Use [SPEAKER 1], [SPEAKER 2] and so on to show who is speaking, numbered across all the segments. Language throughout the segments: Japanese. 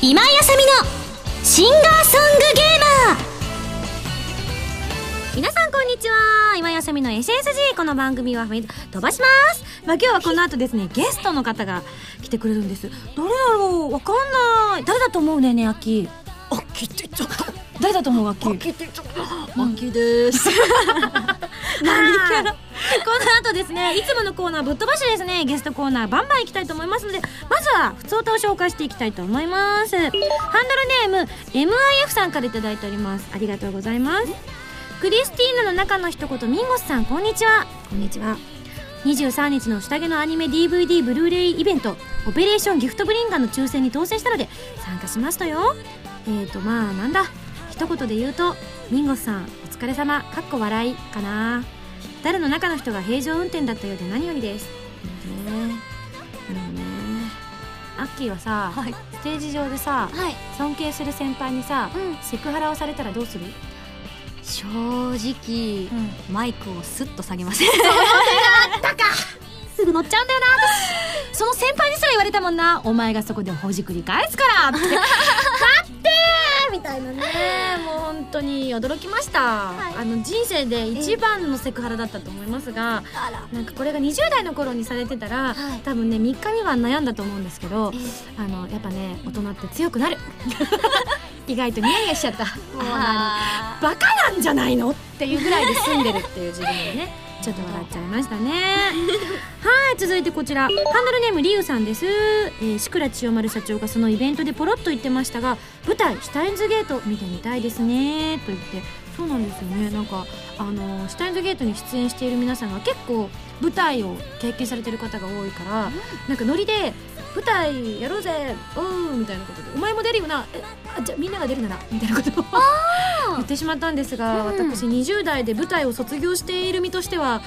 [SPEAKER 1] 今井あさみのシンガーソングゲーマー皆さんこんにちは今井あさみの SSG この番組はフェード飛ばしますまあ今日はこの後ですねゲストの方が来てくれるんです誰だろうわかんない誰だと思うねねあき
[SPEAKER 2] あ、聞いてちょっと、
[SPEAKER 1] 誰だと思うあき
[SPEAKER 2] 聞いてちょっと、マンキーです。
[SPEAKER 1] はいこの後ですねいつものコーナーぶっ飛ばしですねゲストコーナーバンバン行きたいと思いますのでまずは普通歌を紹介していきたいと思いますハンドルネーム MIF さんからいただいておりますありがとうございますクリスティーナの中の一言ミンゴスさんこんにちはこんにちは23日の下着のアニメ DVD ブルーレイイベントオペレーションギフトブリンガーの抽選に当選したので参加しましたよえーとまあなんだ一言で言うとミンゴスさんお疲れ様かっこ笑いかな誰の中の人が平常運転だったようで何よりですアッキーはさ、
[SPEAKER 2] はい
[SPEAKER 1] ステージ上でさ
[SPEAKER 2] はい、
[SPEAKER 1] 尊敬する先輩にさ、
[SPEAKER 2] うん
[SPEAKER 1] セクハラをされたらどうする、
[SPEAKER 2] 正直、マイクをスッと下げません。
[SPEAKER 1] すぐ乗っちゃうんだよな私その先輩にすら言われたもんなお前がそこでほじくり返すからってだってみたいなねもう本当に驚きました、
[SPEAKER 2] い
[SPEAKER 1] あの人生で一番のセクハラだったと思いますが、
[SPEAKER 2] あら、
[SPEAKER 1] なんかこれが20代の頃にされてたら、
[SPEAKER 2] はい
[SPEAKER 1] 多分ね3日には悩んだと思うんですけど
[SPEAKER 2] え
[SPEAKER 1] あのやっぱね大人って強く なる意外とニヤニヤしちゃったあ
[SPEAKER 2] あ
[SPEAKER 1] のバカなんじゃないのっていうぐらいで済んでるっていう自分でねちょっと笑っちゃいましたね はい続いてこちらハンドルネームリュウさんです、えー、シクラ千代丸社長がそのイベントでポロッと言ってましたが舞台「シュタインズゲート」見てみたいですねと言ってそうなんですよねなんかあのシュタインズゲートに出演している皆さんが結構舞台を経験されてる方が多いから、なんかノリで「舞台やろうぜおう」みたいなことで「お前も出るよなえあじゃあみんなが出るなら」みたいなことを 言ってしまったんですが、
[SPEAKER 2] うん
[SPEAKER 1] 私20代で舞台を卒業している身としては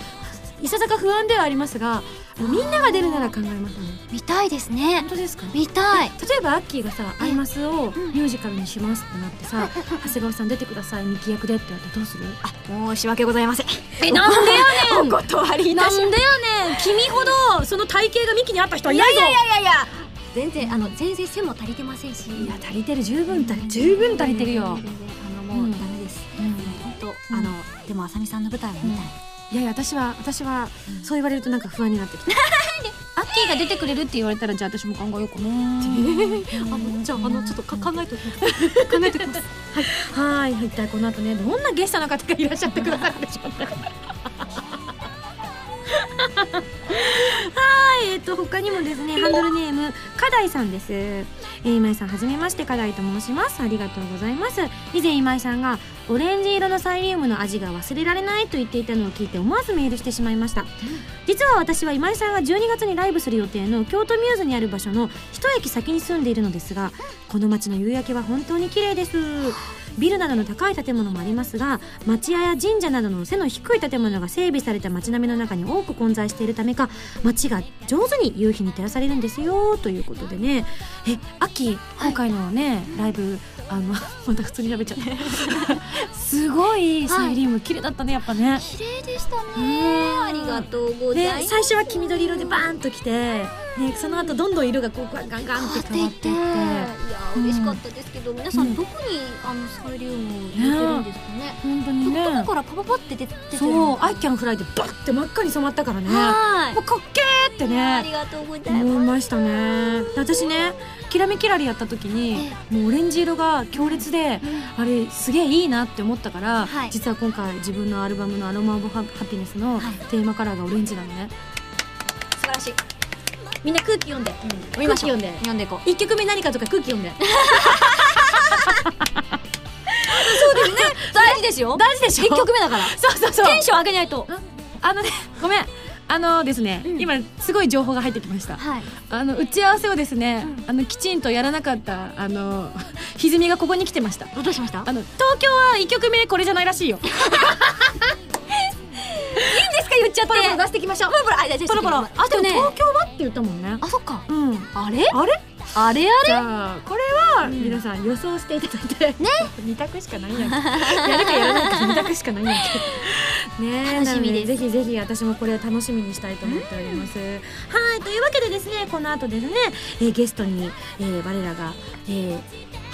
[SPEAKER 1] いささか不安ではありますがみんなが出るなら考えますね
[SPEAKER 2] の見たいですね
[SPEAKER 1] 本。当ですか
[SPEAKER 2] 見たい。
[SPEAKER 1] 例えばアッキーがさ「
[SPEAKER 2] え
[SPEAKER 1] アイマス」を
[SPEAKER 2] ん
[SPEAKER 1] ミュージカルにしますってなってさ「長谷川さん出てくださいミキ役で」って言われてどうする
[SPEAKER 2] 申し訳ございません。
[SPEAKER 1] えなんでよ ねん
[SPEAKER 2] お断りい
[SPEAKER 1] な
[SPEAKER 2] たします。
[SPEAKER 1] んでやねん君ほどその体型がミキに合った人はいないぞ
[SPEAKER 2] いやいや。全然、あの、全然背も足りてませんし。
[SPEAKER 1] いや足りてる十分足り十分足りてるよ
[SPEAKER 2] 全、然あの、もう、ダメです。本当、あの、でも、あさみさんの舞台は見たい。
[SPEAKER 1] いやいや私は私はそう言われるとなんか不安になってきた アッキーが出てくれるって言われたらじゃあ私も考えようかな
[SPEAKER 2] あの、じゃあ、あの、ちょっと、か、考えといて。
[SPEAKER 1] はい一体この後ねどんなゲストの方がいらっしゃってくださるでしょうかはいえっと他にもですねハンドルネームカダイさんです、えー、今井さんはじめましてカダイと申しますありがとうございます以前今井さんがオレンジ色のサイリウムの味が忘れられないと言っていたのを聞いて思わずメールしてしまいました実は私は今井さんが12月にライブする予定の京都ミューズにある場所の一駅先に住んでいるのですがこの街の夕焼けは本当に綺麗ですビルなどの高い建物もありますが町屋や神社などの背の低い建物が整備された街並みの中に多く混在しているためか街が上手に夕日に照らされるんですよということでねえ秋今回のね、ライブあの また普通に食べちゃった すごいサイリウム綺麗だったねやっぱね
[SPEAKER 2] 綺麗でした
[SPEAKER 1] ねえ
[SPEAKER 2] とうご
[SPEAKER 1] で最初は黄緑色でバーンときて、ね、その後どんどん色がこうガンガンガンって変わってい
[SPEAKER 2] い
[SPEAKER 1] っ
[SPEAKER 2] や
[SPEAKER 1] て
[SPEAKER 2] 嬉しかったですけど、皆さ
[SPEAKER 1] うん
[SPEAKER 2] んどこにあのサイリウムを入れてるんですかね。
[SPEAKER 1] 本当
[SPEAKER 2] ど
[SPEAKER 1] に
[SPEAKER 2] ど
[SPEAKER 1] ね
[SPEAKER 2] こからパパパって出て出てる
[SPEAKER 1] そう
[SPEAKER 2] の。
[SPEAKER 1] アイキャンフライでバッて真っ赤に染まったからねも
[SPEAKER 2] は
[SPEAKER 1] うかっけーって
[SPEAKER 2] い。いやあ
[SPEAKER 1] ね
[SPEAKER 2] りがとうございます。
[SPEAKER 1] 思いましたねで私ねキラメキラリやった時にもうオレンジ色が強烈であれすげえいいなって思ったから、
[SPEAKER 2] はい
[SPEAKER 1] 実は今回自分のアルバムの「アロマ・オブ・ハピネス」の
[SPEAKER 2] はい
[SPEAKER 1] テーマカラーがオレンジなのね
[SPEAKER 2] 素晴らしい。
[SPEAKER 1] みんな空気読んで
[SPEAKER 2] 読みましょう。
[SPEAKER 1] 空気読んで
[SPEAKER 2] 読んでいこう。
[SPEAKER 1] 一曲目何かとか空気読んで
[SPEAKER 2] 大事ですよ。
[SPEAKER 1] 大事でしょ
[SPEAKER 2] 一曲目だから。
[SPEAKER 1] そうそうそう
[SPEAKER 2] テンション上げないと。
[SPEAKER 1] あのね、ごめん。あのですね、
[SPEAKER 2] うん
[SPEAKER 1] 今すごい情報が入ってきました。
[SPEAKER 2] はい。
[SPEAKER 1] あの打ち合わせをですね、あのきちんとやらなかったあの歪みがここに来てました。
[SPEAKER 2] どうしました？
[SPEAKER 1] あの東京は一曲目これじゃないらし いよ。
[SPEAKER 2] ですか言っちゃって。
[SPEAKER 1] ポロポロ出
[SPEAKER 2] していきましょう。ポロポロ。あ、じゃあじゃあ
[SPEAKER 1] ポロポロ。
[SPEAKER 2] あとね。
[SPEAKER 1] 東京はって言ったもんね。
[SPEAKER 2] あ、そっか。
[SPEAKER 1] うん。
[SPEAKER 2] あれ？
[SPEAKER 1] あれ？
[SPEAKER 2] あれ
[SPEAKER 1] じゃあこれは皆さん予想していただいて、ね、二択しかないやんけ。やるかやらないか二択しかないやんけ。ね
[SPEAKER 2] 楽しみです
[SPEAKER 1] なのぜひぜひ私もこれを楽しみにしたいと思っております、はいというわけでですねこの後ですね、えーゲストに、えー我らが、えー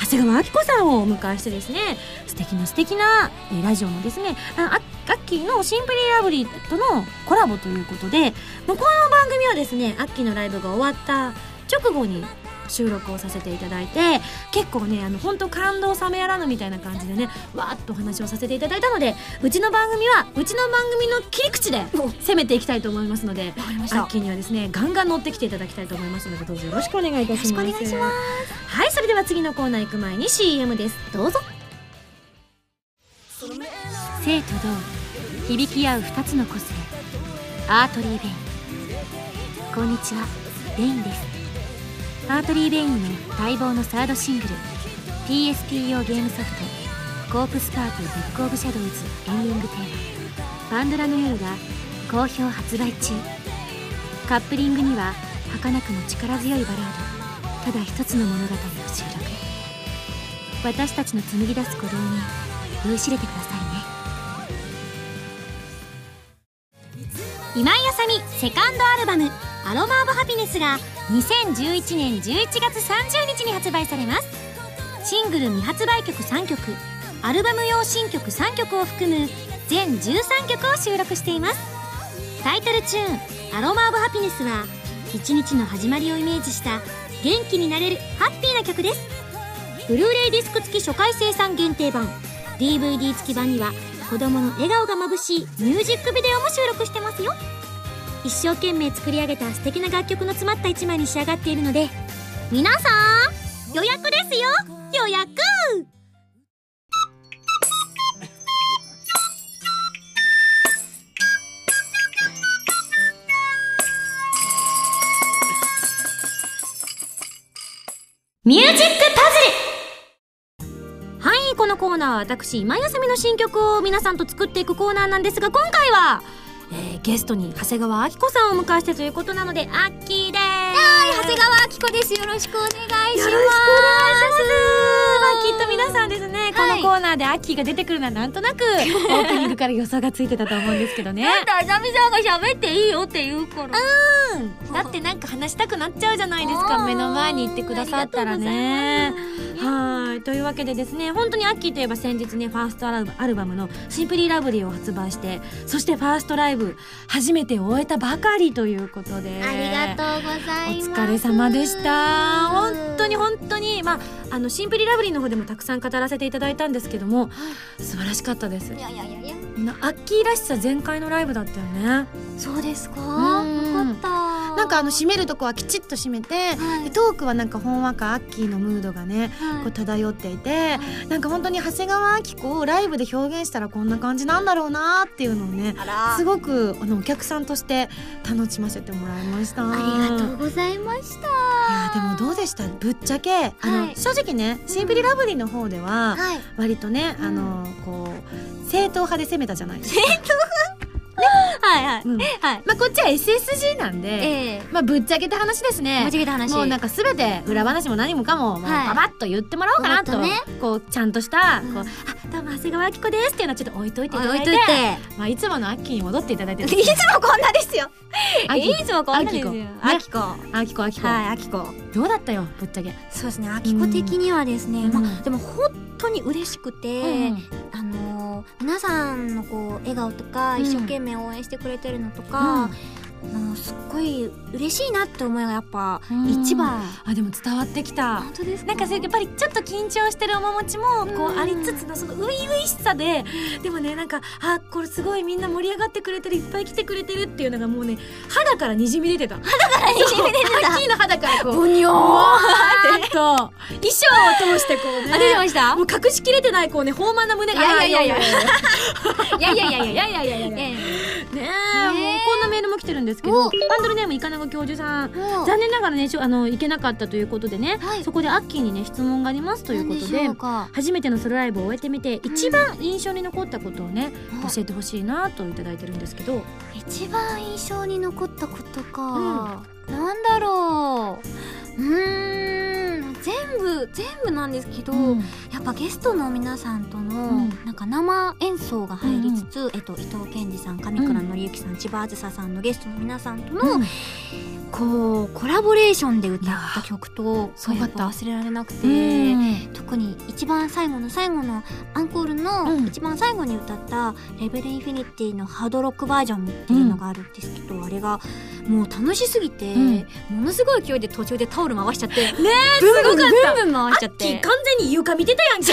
[SPEAKER 1] 長谷川明子さんをお迎えしてですね素敵な素敵な、えーラジオのですねああアッキーのシンプリラブリーとのコラボということでもうこの番組はですねアッキーのライブが終わった直後に収録をさせていただいて結構ねあの本当感動冷めやらぬみたいな感じでねわーっとお話をさせていただいたのでうちの番組はうちの番組の切り口で攻めていきたいと思いますので
[SPEAKER 2] わかりま
[SPEAKER 1] アッキーにはですねガンガン乗ってきていただきたいと思いますのでどうぞよろしくお願いいたします
[SPEAKER 2] よろしくお願いしま
[SPEAKER 1] はいそれでは次のコーナー行く前に CM ですどうぞ
[SPEAKER 3] 生と動響き合う2つの個性アートリー・ベインこんにちはベインですアートリー・ベインの待望のサードシングル PSP 用ゲームソフト「コープスパーティーブック・オブ・シャドウズ」エンディングテーマ「パンドラの夜」が好評発売中カップリングには儚くも力強いバラードただ一つの物語を収録私たちの紡ぎ出す鼓動に酔いしれてくださいね今井あさみセカンドアルバム「アロマ・オブ・ハピネス」が2011年11月30日に発売されますシングル未発売曲3曲アルバム用新曲3曲を含む全13曲を収録していますタイトルチューン「アロマ・オブ・ハピネスは」一日の始まりをイメージした元気になれるハッピーな曲ですブルーレイディスク付き初回生産限定版 DVD 付き版には子供の笑顔がまぶしいミュージックビデオも収録してますよ一生懸命作り上げた素敵な楽曲の詰まった一枚に仕上がっているので皆さん予約ですよ予約ミュージックパズルはい、このコーナーは私、今休みの新曲を皆さんと作っていくコーナーなんですが、今回は、えーゲストに長谷川明子さんをお迎えしてということなので、アッキーです
[SPEAKER 2] 長谷川明子ですよろしくお願いします
[SPEAKER 1] よろしくお願いします。まあ、きっと皆さんですね、
[SPEAKER 2] はい
[SPEAKER 1] このコーナーでアッキーが出てくるのはなんとな く、オープニングから予想がついてたと思うんですけどね。
[SPEAKER 2] あざみさんが喋っていいよって言うから
[SPEAKER 1] だってなんか話したくなっちゃうじゃないですか、
[SPEAKER 2] うん
[SPEAKER 1] 目の前に行ってくださったら
[SPEAKER 2] あ
[SPEAKER 1] ね
[SPEAKER 2] りがとうございます。
[SPEAKER 1] はいというわけでですね本当にアッキーといえば先日ねファーストアルバアルバムの「シンプリーラブリー」を発売してそしてファーストライブ初めて終えたばかりということで
[SPEAKER 2] ありがとうございます
[SPEAKER 1] お疲れ様でした本当に本当にまああのシンプリラブリーの方でもたくさん語らせていただいたんですけども素晴らしかったです
[SPEAKER 2] いやいやいやいや
[SPEAKER 1] なアッキーらしさ全開のライブだったよね
[SPEAKER 2] そうですかよ
[SPEAKER 1] うん
[SPEAKER 2] かった
[SPEAKER 1] なんかあの締めるとこはきちっと締めて、
[SPEAKER 2] はい
[SPEAKER 1] でトークはなんかほんわかアッキーのムードがね
[SPEAKER 2] はい
[SPEAKER 1] こう漂っていてなんか本当に長谷川明子をライブで表現したらこんな感じなんだろうなっていうのをね
[SPEAKER 2] あら
[SPEAKER 1] すごくあのお客さんとして楽しませてもらいました
[SPEAKER 2] ありがとうございました
[SPEAKER 1] いやでもどうでしたぶっちゃけあの、
[SPEAKER 2] はい
[SPEAKER 1] 正直ね「シンプリラブリー」の方では
[SPEAKER 2] はい
[SPEAKER 1] 割とね、あのこう正統派で攻めたじゃ ないですか、
[SPEAKER 2] はいはい
[SPEAKER 1] うん
[SPEAKER 2] はい
[SPEAKER 1] まあ、こっちは SSG なんで、
[SPEAKER 2] ええ
[SPEAKER 1] まあ、ぶっちゃけた話ですね
[SPEAKER 2] 間違えた話
[SPEAKER 1] もうなんか全て裏話も何もかももう
[SPEAKER 2] はい
[SPEAKER 1] ババッと言ってもらおうかなと、
[SPEAKER 2] もっとね
[SPEAKER 1] こうちゃんとしたこう、
[SPEAKER 2] うん
[SPEAKER 1] あどうも長谷川明子ですっていうのはちょっと置いといていただ
[SPEAKER 2] 置
[SPEAKER 1] い
[SPEAKER 2] い
[SPEAKER 1] て
[SPEAKER 2] といて
[SPEAKER 1] まあ、いつものアッキーに戻っていただいて
[SPEAKER 2] いつもこんなですよ。
[SPEAKER 1] アキ
[SPEAKER 2] いつもこんなですよ。
[SPEAKER 1] ア
[SPEAKER 2] あ
[SPEAKER 1] キ
[SPEAKER 2] きこ。は
[SPEAKER 1] アキコアキコ、
[SPEAKER 2] い、あきこ。
[SPEAKER 1] どうだったよぶっちゃけ、
[SPEAKER 2] そうですね、あきこ的にはですね、
[SPEAKER 1] うん
[SPEAKER 2] まあ、でも本当に嬉しくて、あのー皆さんのこう笑顔とか、
[SPEAKER 1] うん
[SPEAKER 2] 一生懸命応援してくれてるのとか、もうすっごい嬉しいなって思いがやっぱ
[SPEAKER 1] うん
[SPEAKER 2] 一番。
[SPEAKER 1] あでも伝わってきた
[SPEAKER 2] 本当です
[SPEAKER 1] なんかそういうやっぱりちょっと緊張してる面持ちもこ
[SPEAKER 2] う
[SPEAKER 1] うんありつつのその初々しさででもねなんかあこれすごいみんな盛り上がってくれてるいっぱい来てくれてるっていうのがもうね肌からにじみ出てた肌からにじみ出てたアッキーの肌からこう
[SPEAKER 2] ブニョー
[SPEAKER 1] えっと衣装を通してこうね
[SPEAKER 2] あ出てました
[SPEAKER 1] もう隠しきれてないこうね豊満な胸が
[SPEAKER 2] いやいやいやいや
[SPEAKER 1] いやいやいやい やいやいやいやいやねえ
[SPEAKER 2] え
[SPEAKER 1] もうこんなメールも来てるんですけどハ
[SPEAKER 2] お
[SPEAKER 1] ンドルネームいかなご教授さん
[SPEAKER 2] えもう
[SPEAKER 1] 残念ながらねしょあの行けなかったということでね、
[SPEAKER 2] はい
[SPEAKER 1] そこでアッキーにね質問がありますということで
[SPEAKER 2] なんしょうか
[SPEAKER 1] 初めてのソロライブを終えてみて一番印象に残ったことをね、
[SPEAKER 2] あ
[SPEAKER 1] 教えてほしいなといただいてるんですけど
[SPEAKER 2] 一番印象に残ったことか、なんだろううーん全部全部なんですけど、
[SPEAKER 3] うん
[SPEAKER 2] やっぱゲストの皆さんとの、
[SPEAKER 3] うん
[SPEAKER 2] なんか生演奏が入りつつ、えっと、伊藤健二さん上倉紀之さん、千葉あずささんのゲストの皆さんとの、
[SPEAKER 3] うん
[SPEAKER 2] こうコラボレーションで歌った曲と
[SPEAKER 3] すごかった
[SPEAKER 2] やぱ忘れられなくて、
[SPEAKER 3] うん
[SPEAKER 2] 特に一番最後の最後のアンコールの
[SPEAKER 3] うん
[SPEAKER 2] 一番最後に歌った「レベルインフィニティ」のハードロックバージョンっていうのがあるんですけど、あれがもう楽しすぎて、
[SPEAKER 3] うん
[SPEAKER 2] ものすごい勢いで途中でタオル回しちゃってねえすごかったブンブン回しちゃっ
[SPEAKER 1] き
[SPEAKER 2] て
[SPEAKER 1] 完全に床見てたやんけ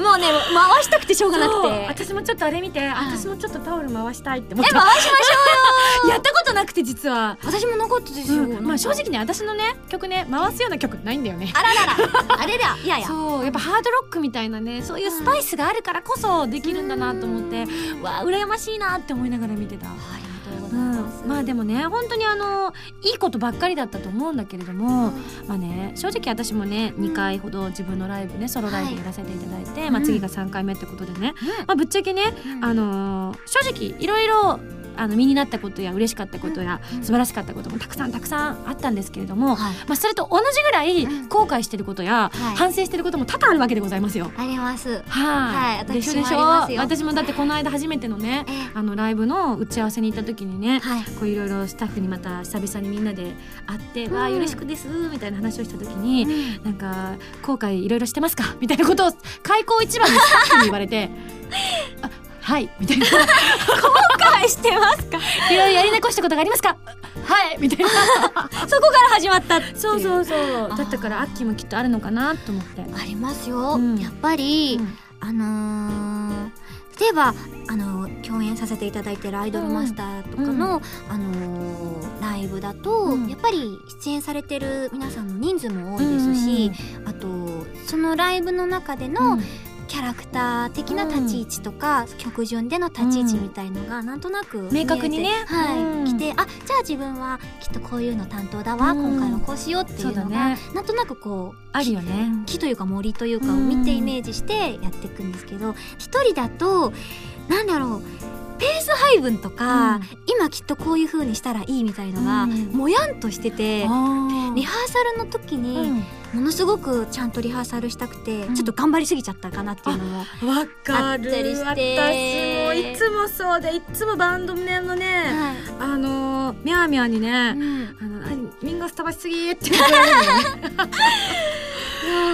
[SPEAKER 2] もうね回したくてしょうがなくてえ
[SPEAKER 1] 私もちょっとあれ見て、
[SPEAKER 2] い
[SPEAKER 1] 私もちょっとタオル回したいって思って
[SPEAKER 2] 回しまし
[SPEAKER 1] やったことなくて実は、
[SPEAKER 2] ょう私もなかったですよ、
[SPEAKER 1] うんまあ、正直ね私のね曲ね回すような曲ないんだよね
[SPEAKER 2] あらららあれだいやいや
[SPEAKER 1] そうやっぱハードロックみたいなねそういうスパイスがあるからこそできるんだなと思ってわあ羨ましいなって思いながら見てた。
[SPEAKER 2] ありがとうご
[SPEAKER 1] う
[SPEAKER 2] ざいます、
[SPEAKER 1] ん、まあでもね本当にあのいいことばっかりだったと思うんだけれども、まあね正直私もね2回ほど自分のライブねソロライブやらせていただいて、まあ、次が3回目ってことでね、
[SPEAKER 2] うん
[SPEAKER 1] まあ、ぶっちゃけね
[SPEAKER 2] うん
[SPEAKER 1] あのー正直いろいろあの身になったことや嬉しかったことや、
[SPEAKER 2] うんうん
[SPEAKER 1] 素晴らしかったこともたくさんたくさんあったんですけれども、
[SPEAKER 2] はい
[SPEAKER 1] まあ、それと同じぐらい
[SPEAKER 2] うん
[SPEAKER 1] 後悔してることや、
[SPEAKER 2] はい
[SPEAKER 1] 反省してることも多々あるわけでございますよ。
[SPEAKER 2] あります
[SPEAKER 1] はい、
[SPEAKER 2] はい
[SPEAKER 1] でしょでし
[SPEAKER 2] 私
[SPEAKER 1] ょ
[SPEAKER 2] もありますよ
[SPEAKER 1] 私もだってこの間初めてのね
[SPEAKER 2] ええ
[SPEAKER 1] あのライブの打ち合わせに行った時にね、
[SPEAKER 2] はい
[SPEAKER 1] こういろいろスタッフにまた久々にみんなで会って「
[SPEAKER 2] ん
[SPEAKER 1] わあよろしくです」みたいな話をした時に、なんか後悔いろいろしてますかみたいなことを開口一番にスタッフに言われ て「あはい」みたいな「
[SPEAKER 2] はいしてますか
[SPEAKER 1] いろいろやり残したことがありますか?」はいみたいな
[SPEAKER 2] そこから始まったっていう
[SPEAKER 1] そうそうそう
[SPEAKER 2] ー
[SPEAKER 1] だったからアッキーもきっとあるのかなと思って。
[SPEAKER 2] ありますよ、
[SPEAKER 1] うん
[SPEAKER 2] やっぱり、
[SPEAKER 1] うん
[SPEAKER 2] あのー例えば、あのー共演させていただいてるアイドルマスターとかの、あのーライブだと、
[SPEAKER 1] うん
[SPEAKER 2] やっぱり出演されてる皆さんの人数も多いですし、あとそのライブの中で
[SPEAKER 1] うん、
[SPEAKER 2] のキャラクター的な立ち位置とか、曲順での立ち位置みたいのがなんとなく見えて
[SPEAKER 1] 明確にね
[SPEAKER 2] はい
[SPEAKER 1] うん
[SPEAKER 2] 来てあじゃあ自分はきっとこういうの担当だわ、
[SPEAKER 1] うん
[SPEAKER 2] 今回はこうしようってい
[SPEAKER 1] そう
[SPEAKER 2] う
[SPEAKER 1] だ
[SPEAKER 2] のが
[SPEAKER 1] ね
[SPEAKER 2] なんとなくこう
[SPEAKER 1] あるよね。
[SPEAKER 2] 木というか森というかを見てイメージしてやっていくんですけど一人だとなんだろうペース配分とか、
[SPEAKER 1] うん
[SPEAKER 2] 今きっとこういう風にしたらいいみたいのが、
[SPEAKER 1] うん
[SPEAKER 2] もやんとしてて
[SPEAKER 1] あー
[SPEAKER 2] リハーサルの時にものすごくちゃんとリハーサルしたくて、
[SPEAKER 1] うん
[SPEAKER 2] ちょっと頑張りすぎちゃったかなっていうのも
[SPEAKER 1] わ
[SPEAKER 2] あ
[SPEAKER 1] か
[SPEAKER 2] っ
[SPEAKER 1] る
[SPEAKER 2] たりして
[SPEAKER 1] 私もいつもそうでいつもバンド面のね、
[SPEAKER 2] はい
[SPEAKER 1] あのーミャーミャーに
[SPEAKER 2] う
[SPEAKER 1] ね、
[SPEAKER 2] ん
[SPEAKER 1] あのあみんなスタバしすぎって言われる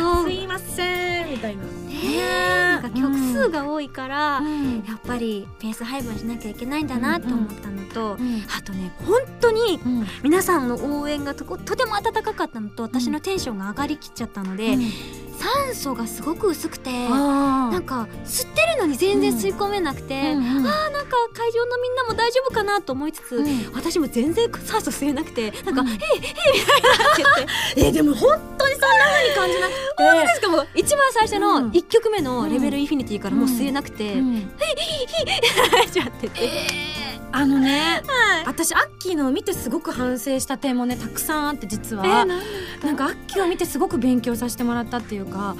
[SPEAKER 1] のねすいませんみたいな、
[SPEAKER 2] なんか曲数
[SPEAKER 1] が、
[SPEAKER 2] が多いから、
[SPEAKER 1] うん
[SPEAKER 2] やっぱりペース配分しなきゃいけないんだなと思ったのと、
[SPEAKER 1] うん
[SPEAKER 2] あとね本当に
[SPEAKER 1] うん
[SPEAKER 2] 皆さんの応援がとことても温かかったのと私のテンションが上がりきっちゃったので、酸素がすごく薄くて
[SPEAKER 1] あ
[SPEAKER 2] なんか吸ってるのに全然吸い込めなくて、
[SPEAKER 1] ーうんうん
[SPEAKER 2] あーなんか会場のみんなも大丈夫かなと思いつつ、
[SPEAKER 1] うん
[SPEAKER 2] 私も全然酸素吸えなくてなんか「
[SPEAKER 1] うん
[SPEAKER 2] へいへい」って言って
[SPEAKER 1] えでも本
[SPEAKER 2] 感じなくて
[SPEAKER 1] 当に
[SPEAKER 2] しかも一番最初
[SPEAKER 1] うん
[SPEAKER 2] の1曲目の「レベルインフィニティ」からもう吸えなくて、吐いちゃってて、
[SPEAKER 1] あのね、私アッキーのを見てすごく反省した点もねたくさんあって実は、
[SPEAKER 2] なん
[SPEAKER 1] なんかアッキーを見てすごく勉強させてもらったっていうか、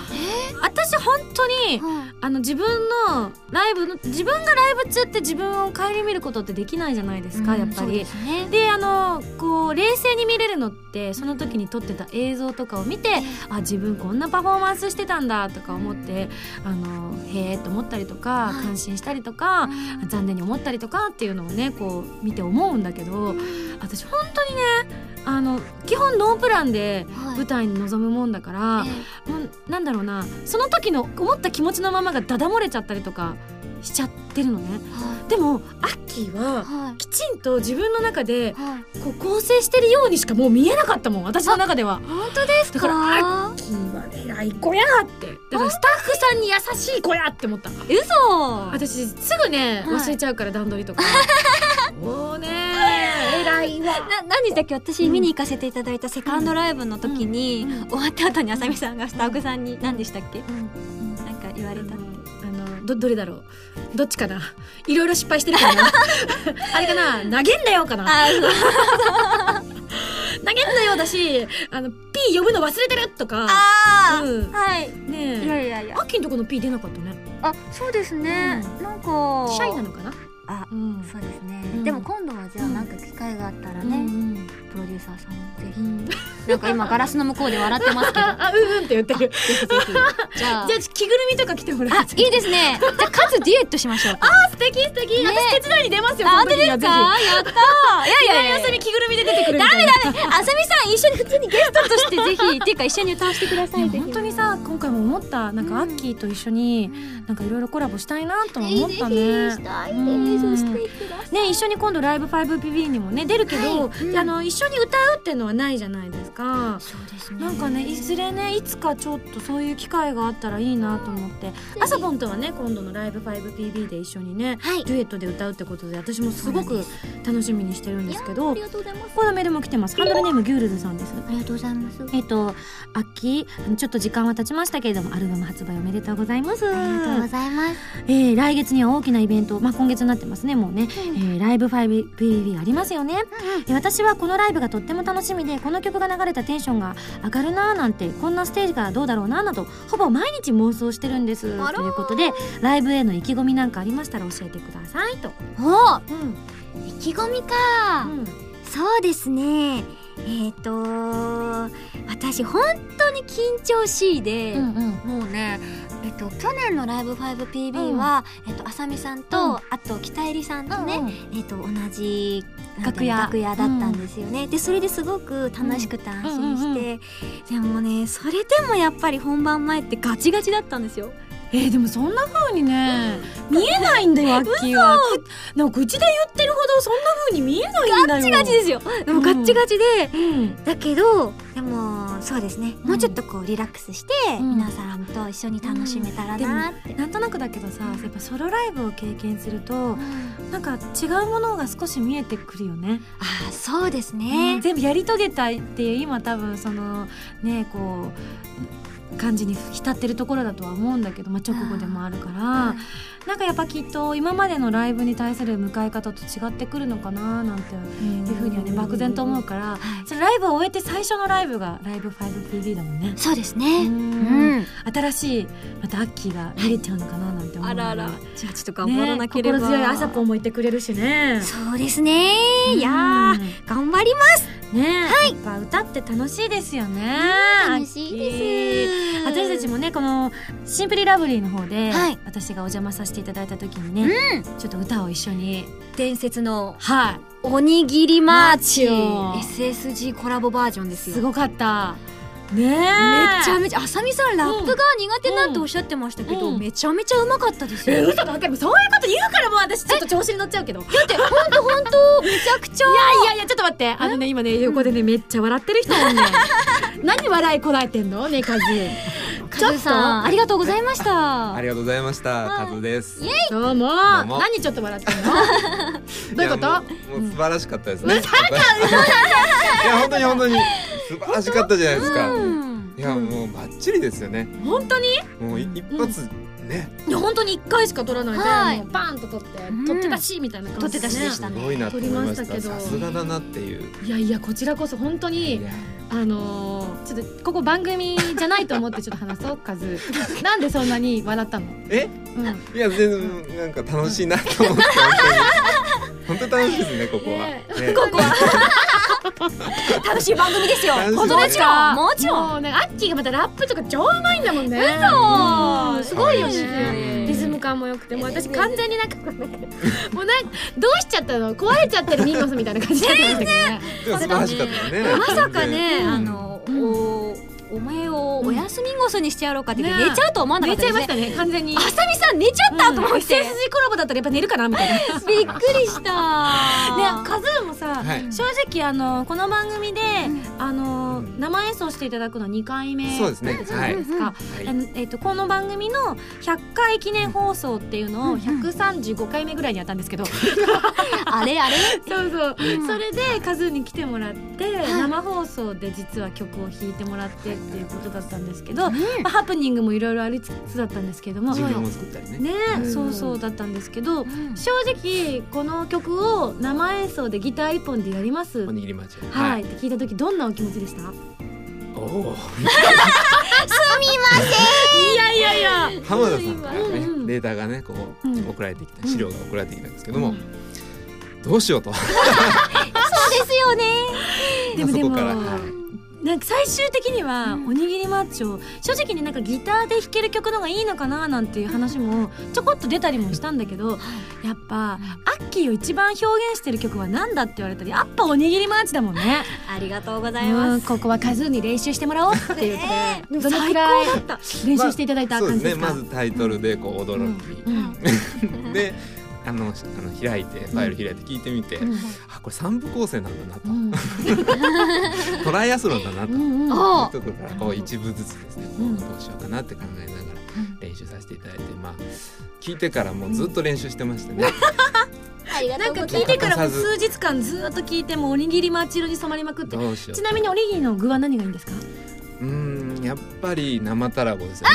[SPEAKER 1] 私本当にあの自分のライブの自分がライブ中って自分を顧みることってできないじゃないですか、やっぱ
[SPEAKER 2] そうで
[SPEAKER 1] り。
[SPEAKER 2] すね
[SPEAKER 1] であのこう冷静に見れるのってその時に撮ってた映像とかを見てあ自分こんなパフォーマンスしてたんだとか思ってあのへえと思ったりとか
[SPEAKER 2] はい
[SPEAKER 1] 感心したりとか残念に思ったりとかっていうのをねこう見て思うんだけど私本当にねあの基本ノープランで
[SPEAKER 2] はい
[SPEAKER 1] 舞台に臨むもんだから、
[SPEAKER 2] ええ
[SPEAKER 1] もうなんだろうなその時の思った気持ちのままがダダ漏れちゃったりとかしちゃってるのねでもアッキーは
[SPEAKER 2] はい
[SPEAKER 1] きちんと自分の中で
[SPEAKER 2] はい
[SPEAKER 1] こう構成してるようにしかもう見えなかったもん私の中では
[SPEAKER 2] 本当です
[SPEAKER 1] だ
[SPEAKER 2] か
[SPEAKER 1] からアッキーは偉い子やってだからスタッフさんに優しい子やって思った
[SPEAKER 2] 嘘
[SPEAKER 1] 私すぐね
[SPEAKER 2] はい
[SPEAKER 1] 忘れちゃうから段取 りとかもうね偉いわ
[SPEAKER 2] な何でしたっけ私見に行かせていただいたセカンドライブの時に、
[SPEAKER 1] うん
[SPEAKER 2] 終わった後にあさみさんがスタッフさんに何でしたっけ、なんか言わ
[SPEAKER 1] あ
[SPEAKER 2] れた
[SPEAKER 1] のあのどどれだろうどっちかないろいろ失敗してるから なあれかな投げんなよかな
[SPEAKER 2] あそう
[SPEAKER 1] 投げんなよだしあの P 呼ぶの忘れてるとか
[SPEAKER 2] あー、
[SPEAKER 1] う
[SPEAKER 2] はい
[SPEAKER 1] ん、
[SPEAKER 2] い
[SPEAKER 1] ねえ
[SPEAKER 2] やいやいや
[SPEAKER 1] アッキーのとこの P 出なかったね
[SPEAKER 2] あそうですね、なんか
[SPEAKER 1] シャイなのかな
[SPEAKER 2] あ
[SPEAKER 1] うん
[SPEAKER 2] そうですね、
[SPEAKER 1] うん
[SPEAKER 2] でも今度はじゃあ
[SPEAKER 1] うん
[SPEAKER 2] なんか機会があったら
[SPEAKER 1] うんう
[SPEAKER 2] ね、
[SPEAKER 1] ん
[SPEAKER 2] プロデューサーさんぜひ、なんか今ガラスの向こうで笑ってますけ ど
[SPEAKER 1] あ、うんうんって言ってる。
[SPEAKER 2] ぜひぜ ひじゃあ
[SPEAKER 1] じゃあ、着ぐるみとか着てもら
[SPEAKER 2] あ
[SPEAKER 1] う。
[SPEAKER 2] いいですねじゃあかつデュエットしましょうあ
[SPEAKER 1] あ、素敵素敵。
[SPEAKER 2] ね
[SPEAKER 1] 私手伝いに出ますよ。
[SPEAKER 2] 本当ですかやったーいやいやいや
[SPEAKER 1] 朝に着ぐるみで出てくるみたいな。
[SPEAKER 2] ダメダメあさみさん一緒に普通にゲストとしてぜ ひっていうか一緒に歌わせてください
[SPEAKER 1] いや本当にさ今回も思ったなんかアッキーと一緒になんかいろいろコラボしたいなとも思ったね。
[SPEAKER 2] した
[SPEAKER 1] いですして
[SPEAKER 2] くださ
[SPEAKER 1] ね一緒に今度ライブ 5PB にもね出るけど、
[SPEAKER 2] はいうん
[SPEAKER 1] であの一緒に歌うっていうのはないじゃないですか。
[SPEAKER 2] そうですね
[SPEAKER 1] なんかねいずれねいつかちょっとそういう機会があったらいいなと思ってあさぽんとはね今度のライブ 5PB で一緒にね
[SPEAKER 2] はい
[SPEAKER 1] デュエットで歌うってことで私もすごく楽しみにしてるんですけど
[SPEAKER 2] がとうございます
[SPEAKER 1] このメールも来てますハンドルネームギュールズさんです
[SPEAKER 2] ありがとうございます
[SPEAKER 1] えっと、秋、ちょっと時間は経ちましたけれども、アルバム発売おめでとうございます。
[SPEAKER 2] ありがとうございます
[SPEAKER 1] えー来月には大きなイベント、まあ、今月になってますね、もうね。
[SPEAKER 2] うん
[SPEAKER 1] えーライブ 5PV ありますよね。えー私はこのライブがとっても楽しみで、この曲が流れたテンションが上がるなぁなんて、こんなステージがどうだろうなぁなど、ほぼ毎日妄想してるんです。
[SPEAKER 2] あらー
[SPEAKER 1] ということで、ライブへの意気込みなんかありましたら教えてくださいと。
[SPEAKER 2] お
[SPEAKER 1] うん。
[SPEAKER 2] 意気込みか、
[SPEAKER 1] うん。
[SPEAKER 2] そうですねえっ、と私本当に緊張しいで、
[SPEAKER 1] うん。
[SPEAKER 2] もうねえっと去年の「ライブ 5PB は」えっとあさみさんと、
[SPEAKER 1] うん
[SPEAKER 2] あと北入さんとね、
[SPEAKER 1] ね。
[SPEAKER 2] えっと同じなん
[SPEAKER 1] 楽
[SPEAKER 2] ていう
[SPEAKER 1] 屋
[SPEAKER 2] の楽屋だったんですよね、でそれですごく楽しくて安心して、でもねそれでもやっぱり本番前ってガチガチだったんですよ
[SPEAKER 1] えー、でもそんな風にね見えないんだよアッキーはくなんか口で言ってるほどそんな風に見えないんだよ
[SPEAKER 2] ガチガチですよでもガッチガチで、
[SPEAKER 1] うん
[SPEAKER 2] だけどでもそうですね、
[SPEAKER 1] うん
[SPEAKER 2] もうちょっとこうリラックスして、
[SPEAKER 1] うん
[SPEAKER 2] 皆さんと一緒に楽しめたらなって、
[SPEAKER 1] なんとなくだけどさやっぱソロライブを経験すると
[SPEAKER 2] うん
[SPEAKER 1] なんか違うものが少し見えてくるよね、
[SPEAKER 2] あーそうですね、
[SPEAKER 1] 全部やり遂げたいっていう今多分そのねこう感じに浸ってるところだとは思うんだけど、まあ、直後でもあるから、
[SPEAKER 2] はい
[SPEAKER 1] なんかやっぱきっと今までのライブに対する向かい方と違ってくるのかななんていうふうにはね漠然と思うから
[SPEAKER 2] はい
[SPEAKER 1] それライブを終えて最初のライブがライブ 5PB だもんね。
[SPEAKER 2] そうです
[SPEAKER 1] う
[SPEAKER 2] ねうんん
[SPEAKER 1] 新しいまたアッキーが見れちゃうのかななんて思うのでね
[SPEAKER 2] じゃあちょっと頑張らなければ、
[SPEAKER 1] 心強い朝ぽんも言ってくれるしね
[SPEAKER 2] そうですねいやー
[SPEAKER 1] うん
[SPEAKER 2] 頑張ります
[SPEAKER 1] ねやっぱ歌って楽しいですよね
[SPEAKER 2] 楽しいです
[SPEAKER 1] アッキー私たちもねこの「シンプリラブリー」の方で、
[SPEAKER 2] はい
[SPEAKER 1] 私がお邪魔させていただいた時にね、ちょっと歌を一緒に
[SPEAKER 2] 伝説の
[SPEAKER 1] はい
[SPEAKER 2] おにぎりマーチ
[SPEAKER 1] マー
[SPEAKER 2] SSG コラボバージョンですよ
[SPEAKER 1] すごかったねえめ
[SPEAKER 2] めちゃ
[SPEAKER 1] め
[SPEAKER 2] めちゃあさみさんラップが苦手なんておっしゃってましたけど、
[SPEAKER 1] うん
[SPEAKER 2] めちゃめちゃうまかったです
[SPEAKER 1] え
[SPEAKER 2] よ、
[SPEAKER 1] 嘘だでもそういうこと言うからもう私ちょっと調子に乗っちゃうけど
[SPEAKER 2] だってほんとほんとめちゃくちゃ
[SPEAKER 1] いやいやちょっと待ってあのね今ね横でねめっちゃ笑ってる人もね 何笑いこらえてんのねカズ
[SPEAKER 2] カズさんありがとうございました
[SPEAKER 4] ありがとうございました。カズです。い
[SPEAKER 1] どうも
[SPEAKER 4] うも
[SPEAKER 1] 何ちょっと笑って んのどういう
[SPEAKER 4] や
[SPEAKER 1] こと
[SPEAKER 4] もうもう素晴らしかったですね。 いや本当に本当に素晴らしかったじゃないですか。
[SPEAKER 2] うん
[SPEAKER 4] いやもうバッチリですよね。
[SPEAKER 1] 本当に
[SPEAKER 4] もうい一発ね、
[SPEAKER 1] いや本当に一回しか取らないで、
[SPEAKER 2] はい
[SPEAKER 1] もうバーンと取って
[SPEAKER 2] ん
[SPEAKER 1] 取ってたしみたいな感じ
[SPEAKER 2] 取ってたしでした
[SPEAKER 4] すごいなと思いまし
[SPEAKER 1] 撮りま
[SPEAKER 4] た。
[SPEAKER 1] したけど
[SPEAKER 4] さすがだなっていう。
[SPEAKER 1] いやいやこちらこそ本当
[SPEAKER 4] い
[SPEAKER 1] に
[SPEAKER 4] や
[SPEAKER 1] あのーちょっとここ番組じゃないと思ってちょっと話そうカ ズなんでそんなに笑ったの
[SPEAKER 4] え？
[SPEAKER 1] うん
[SPEAKER 4] いや全然なんか楽しいなと思って本当に。本当楽しいですねここは。
[SPEAKER 1] ね
[SPEAKER 4] ね
[SPEAKER 2] ここは楽しい番組ですよ
[SPEAKER 4] 楽しい
[SPEAKER 2] 本当ですかもちろん
[SPEAKER 1] もうねアッキーがまたラップとか超うまいんだもんね
[SPEAKER 2] 嘘
[SPEAKER 1] うんすごいよ
[SPEAKER 4] 可愛
[SPEAKER 1] ね
[SPEAKER 4] いし
[SPEAKER 1] リズム感も良くてもう私完全になんかこうなんかもうなんかどうしちゃったの壊れちゃってるミーモスみたいな感じだったんだけどね
[SPEAKER 4] でも素晴らしかったね。
[SPEAKER 2] まさかね、
[SPEAKER 4] うん
[SPEAKER 2] あの、
[SPEAKER 1] うん
[SPEAKER 2] おお前をお休みごそにしてやろうかって、
[SPEAKER 1] ね
[SPEAKER 2] 寝ちゃうと思わなかっ
[SPEAKER 1] 寝ち
[SPEAKER 2] た
[SPEAKER 1] ゃいまし
[SPEAKER 2] ね
[SPEAKER 1] たね完全に
[SPEAKER 2] あさみさん寝ちゃったと思っ
[SPEAKER 1] 背
[SPEAKER 2] て、
[SPEAKER 1] 筋コラボだったらやっぱ寝るかなみたいなね
[SPEAKER 2] びっくりした
[SPEAKER 1] カズーもさ、
[SPEAKER 4] はい。
[SPEAKER 1] 正直あのこの番組で、あの
[SPEAKER 4] うん
[SPEAKER 1] 生演奏していただくの2回目
[SPEAKER 4] そうですね。
[SPEAKER 1] じゃな
[SPEAKER 4] はいい。
[SPEAKER 1] ですか、
[SPEAKER 4] はい
[SPEAKER 1] あのえっとこの番組の100回記念放送っていうのを135回目ぐらいにやったんです けど、
[SPEAKER 2] あれあれ
[SPEAKER 1] そうそう、
[SPEAKER 2] うん
[SPEAKER 1] それでカズーに来てもらって、
[SPEAKER 2] い
[SPEAKER 1] 生放送で実は曲を弾いてもらってっていうことだったんですけど、
[SPEAKER 2] うん
[SPEAKER 1] まあ、ハプニングもいろいろありつつだったんですけども
[SPEAKER 4] ジングル
[SPEAKER 1] ね
[SPEAKER 4] も作ったりね。
[SPEAKER 1] えそうそうだったんですけど正直この曲を生演奏でギター一本でやります
[SPEAKER 4] おにぎりマーチ。
[SPEAKER 1] はい、。って聞いた時どんなお気持ちでした
[SPEAKER 4] おお。
[SPEAKER 1] いやいやいや
[SPEAKER 4] 浜田さんからね、
[SPEAKER 1] うんうん
[SPEAKER 4] データがねこう、
[SPEAKER 1] うん
[SPEAKER 4] 送られてきた
[SPEAKER 1] うん
[SPEAKER 4] 資料が送られてきたんですけど
[SPEAKER 1] う
[SPEAKER 4] も、
[SPEAKER 1] ん
[SPEAKER 4] どうしようと
[SPEAKER 2] そうですよね
[SPEAKER 1] でも
[SPEAKER 4] そ
[SPEAKER 1] で
[SPEAKER 4] こ
[SPEAKER 1] も
[SPEAKER 4] から
[SPEAKER 1] なんか最終的には「おにぎりマッチョ」正直になんかギターで弾ける曲の方がいいのかななんていう話もちょこっと出たりもしたんだけどやっぱアッキーを一番表現してる曲はなんだって言われたらやっぱ「おにぎりマッチ」だもんね。
[SPEAKER 2] ありがとうございま
[SPEAKER 1] うん
[SPEAKER 2] す。
[SPEAKER 1] ここは数に練習してもらおうっていうことで、どのく
[SPEAKER 2] 最
[SPEAKER 1] らい
[SPEAKER 2] 高だった。
[SPEAKER 1] 練習していただいた
[SPEAKER 4] そう
[SPEAKER 1] 感じ
[SPEAKER 4] で
[SPEAKER 1] ですす
[SPEAKER 4] ね
[SPEAKER 1] か、
[SPEAKER 4] まずタイトルでこう驚き、
[SPEAKER 1] うん
[SPEAKER 4] であのあの開いてファイル開いて聞いてみて、
[SPEAKER 1] うん
[SPEAKER 4] あこれ三部構成なんだなと、
[SPEAKER 1] うん
[SPEAKER 4] トライアスロンだなと、
[SPEAKER 1] うんうんうん
[SPEAKER 2] お
[SPEAKER 4] ところからこう一部ずつですね、
[SPEAKER 1] うん
[SPEAKER 4] どうしようかなって考えながら練習させていただいて、まあ聞いてからもうずっと練習してましたね。
[SPEAKER 2] ありが
[SPEAKER 1] なんか聞いてからもう数日間ずっと聞いてもうおにぎりマッチ色に染まりまくって
[SPEAKER 4] どうしよう。
[SPEAKER 1] ちなみにおにぎりの具は何がいいんですか
[SPEAKER 4] うーんやっぱり生たらこですよね。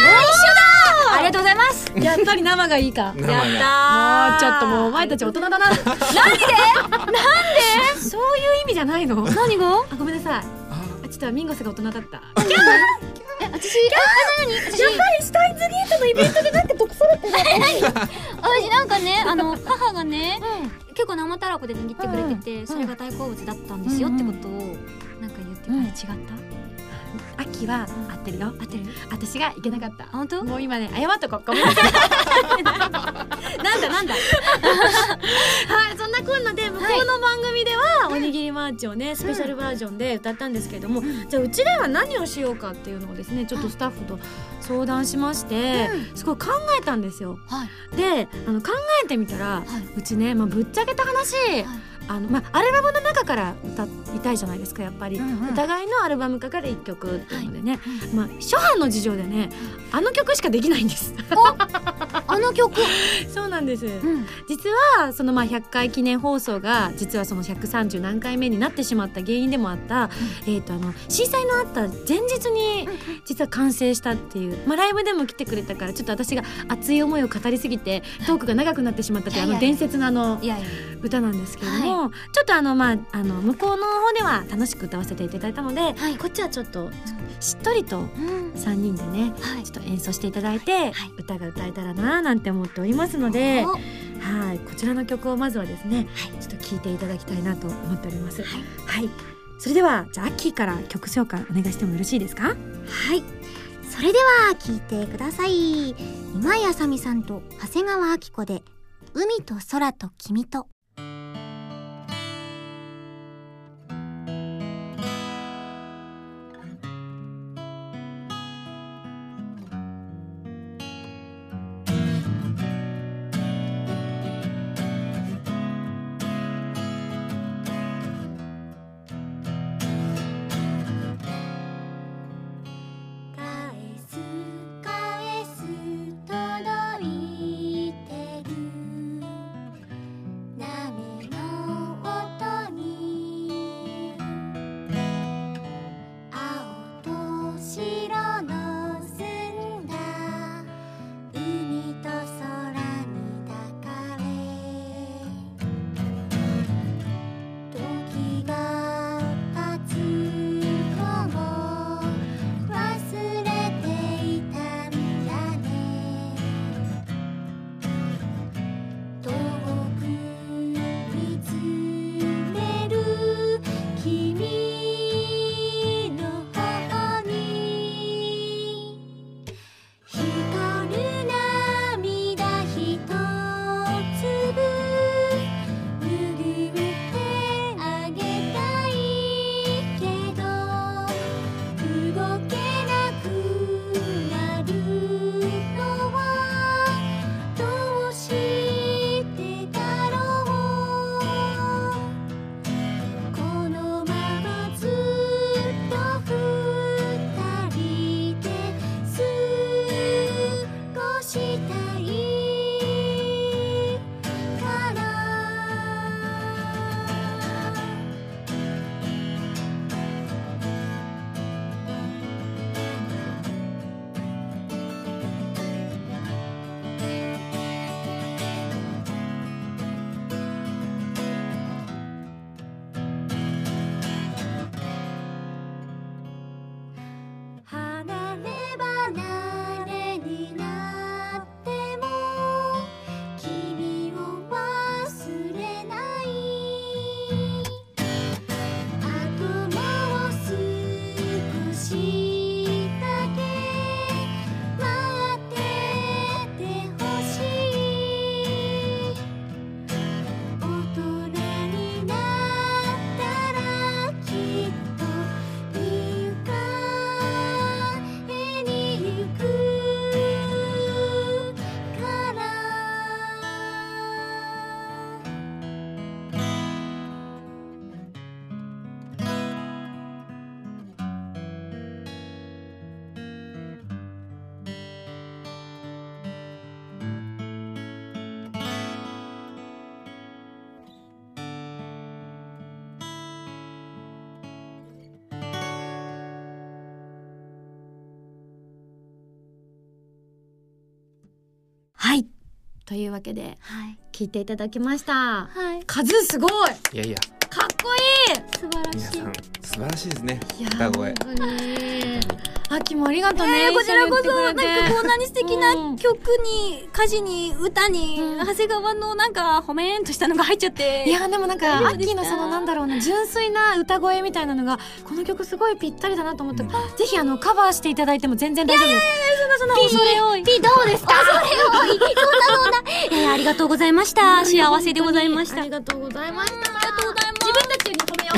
[SPEAKER 2] ありがとうございます。
[SPEAKER 1] やっぱり生がいいか
[SPEAKER 4] 生
[SPEAKER 2] やった
[SPEAKER 4] が
[SPEAKER 1] もうちょっともうお
[SPEAKER 2] う。
[SPEAKER 1] 前たち大人だななんでなんでそういう意味じゃないの何があごめんなさい
[SPEAKER 4] あ
[SPEAKER 1] あちょっとミンゴスが大人だった
[SPEAKER 2] え私あ何私
[SPEAKER 1] シュタインズゲートのイベントでなんか独走
[SPEAKER 2] 私なんかねあの母がね結構生たらこで握ってくれてて、
[SPEAKER 1] うん
[SPEAKER 2] それが大好物だったんですよってことをなんか言って、
[SPEAKER 1] うん
[SPEAKER 2] あれ違った
[SPEAKER 1] 秋は合ってるよ
[SPEAKER 2] 合ってる
[SPEAKER 1] 私がいけなかった
[SPEAKER 2] あ本当
[SPEAKER 1] もう今ね謝っとこうご めんなさい
[SPEAKER 2] なんだなんだ
[SPEAKER 1] はいそんなこんなで向こうの番組ではおにぎりマーチをねスペシャルバージョンで歌ったんですけれども、じゃあうちでは何をしようかっていうのをですねちょっとスタッフと相談しまして、すごい考えたんですよ
[SPEAKER 2] はい
[SPEAKER 1] であの考えてみたら、うちね、まあ、ぶっちゃけた話、あのまあ、アルバムの中から歌いたいじゃないですかやっぱり、お互いのアルバムから1曲っていうのでね、まあ、初版の事情でねあの曲しかできないんです
[SPEAKER 2] あの曲
[SPEAKER 1] そうなんです、
[SPEAKER 2] ん
[SPEAKER 1] 実はそのまあ100回記念放送が実はその130何回目になってしまった原因でもあった、えー、とあの震災のあった前日に実は完成したっていう、まあ、ライブでも来てくれたからちょっと私が熱い思いを語りすぎてトークが長くなってしまったというあ
[SPEAKER 2] いや
[SPEAKER 1] の
[SPEAKER 2] いや
[SPEAKER 1] 伝説のあの
[SPEAKER 2] いやいや
[SPEAKER 1] 歌なんですけれども、ちょっとあのまああの向こうの方では楽しく歌わせていただいたので、
[SPEAKER 2] い
[SPEAKER 1] こっちはちょっとしっとりと
[SPEAKER 2] うん
[SPEAKER 1] 3人でね
[SPEAKER 2] はい
[SPEAKER 1] ちょっと演奏していただいて、
[SPEAKER 2] い
[SPEAKER 1] 歌が歌えたらななんて思っておりますので、
[SPEAKER 2] お
[SPEAKER 1] はいこちらの曲をまずはですね、ちょっと聴いていただきたいなと思っております。はい、それではじゃあアッキーから曲紹介お願いしてもよろしいですか？
[SPEAKER 2] はい。それでは聞いてください。今井あさみさんと長谷川明子で、海と空と君と。返す返す届いてる」「涙
[SPEAKER 1] というわけで
[SPEAKER 2] はい
[SPEAKER 1] 聞いていただきました
[SPEAKER 2] はい
[SPEAKER 1] 数すごい
[SPEAKER 4] いやいや
[SPEAKER 1] かっこ
[SPEAKER 2] 素晴ら
[SPEAKER 4] 皆
[SPEAKER 2] しい
[SPEAKER 4] さん素晴らしいですね
[SPEAKER 1] いいいや
[SPEAKER 4] 歌声
[SPEAKER 1] 本当にあきもありがとうね、
[SPEAKER 2] えーこちらこそなんかこんなに素敵な
[SPEAKER 1] うん
[SPEAKER 2] 曲に歌詞に歌に、
[SPEAKER 1] うん
[SPEAKER 2] 長谷川のなんか褒めんとしたのが入っちゃって
[SPEAKER 1] いやでもなん
[SPEAKER 2] 大丈
[SPEAKER 1] かア
[SPEAKER 2] 夫
[SPEAKER 1] ッ
[SPEAKER 2] で
[SPEAKER 1] キ
[SPEAKER 2] し
[SPEAKER 1] ー
[SPEAKER 2] た
[SPEAKER 1] のそのなんだろうな純粋な歌声みたいなのがこの曲すごいぴったりだなと思って、
[SPEAKER 4] うん
[SPEAKER 1] ぜひあのカバーしていただいても全然大丈夫です
[SPEAKER 2] その恐れ多いピどうですか恐れ多い
[SPEAKER 3] え ーありがとうございました幸せでございました
[SPEAKER 1] ありがとうございました
[SPEAKER 2] ありがとうございます
[SPEAKER 1] 自分たちより褒めよう